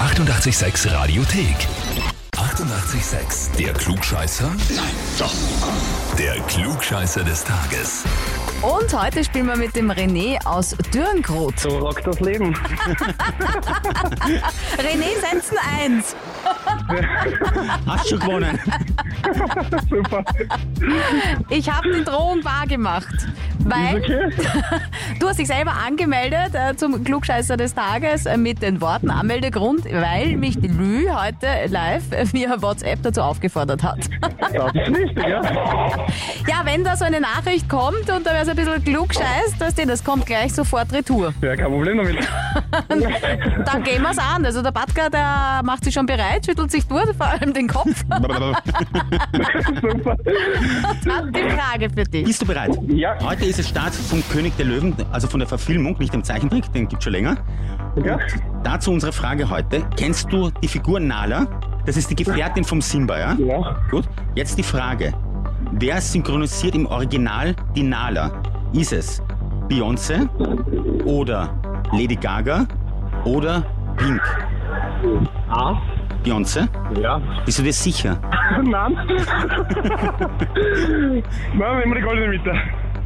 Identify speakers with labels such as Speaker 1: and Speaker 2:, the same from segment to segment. Speaker 1: 886 Radiothek. 88,6. Der Klugscheißer? Nein, doch. Der Klugscheißer des Tages.
Speaker 2: Und heute spielen wir mit dem René aus Dürngrot.
Speaker 3: So rockt das Leben.
Speaker 2: René Sensen 1.
Speaker 4: Hast schon gewonnen.
Speaker 3: Super.
Speaker 2: Ich habe den Drohung wahr gemacht. Weil
Speaker 3: Okay.
Speaker 2: du hast dich selber angemeldet äh, zum Klugscheißer des Tages äh, mit den Worten Anmeldegrund, weil mich die Lü heute live via WhatsApp dazu aufgefordert hat.
Speaker 3: Das ist wichtig, ja?
Speaker 2: Ja, wenn da so eine Nachricht kommt und da wäre ein bisschen klugscheiß, dass die, das kommt gleich sofort Retour.
Speaker 3: Ja, kein Problem damit.
Speaker 2: Dann gehen wir's an. Also der Batka, der macht sich schon bereit, schüttelt sich durch, vor allem den Kopf.
Speaker 3: Super.
Speaker 2: Hat die Frage für dich.
Speaker 4: Bist du bereit?
Speaker 3: Ja.
Speaker 4: Heute ist es Start vom König der Löwen, also von der Verfilmung, nicht dem Zeichentrick, den gibt's schon länger.
Speaker 3: Ja?
Speaker 4: Dazu unsere Frage heute. Kennst du die Figur Nala? Das ist die Gefährtin vom Simba, ja?
Speaker 3: Ja.
Speaker 4: Gut. Jetzt die Frage. Wer synchronisiert im Original die Nala? Ist es Beyoncé oder Lady Gaga oder Pink?
Speaker 3: Ah?
Speaker 4: Beyoncé?
Speaker 3: Ja.
Speaker 4: Bist du dir sicher?
Speaker 3: Nein. Nein, immer die goldene Mitte.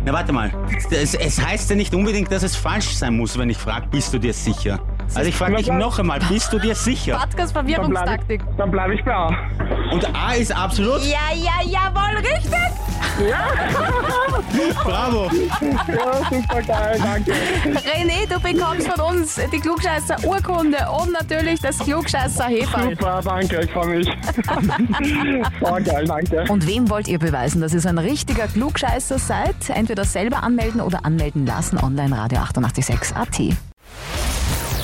Speaker 4: Na warte mal, es, es heißt ja nicht unbedingt, dass es falsch sein muss, wenn ich frage, bist du dir sicher? Also ich frage dich noch einmal, bist du dir sicher?
Speaker 2: Batkas
Speaker 3: Dann bleibe
Speaker 2: Verwirrungstaktik.
Speaker 3: ich, dann bleib ich bei A.
Speaker 4: Und A ist absolut.
Speaker 2: Ja, ja, jawohl, richtig!
Speaker 4: Bravo.
Speaker 3: Ja, super geil, danke.
Speaker 2: René, du bekommst von uns die Klugscheißer Urkunde und natürlich das Klugscheißer Heferl.
Speaker 3: Super, danke, ich freue mich. Voll geil, danke.
Speaker 2: Und wem wollt ihr beweisen, dass ihr so ein richtiger Klugscheißer seid? Entweder selber anmelden oder anmelden lassen. Online Radio 886 AT.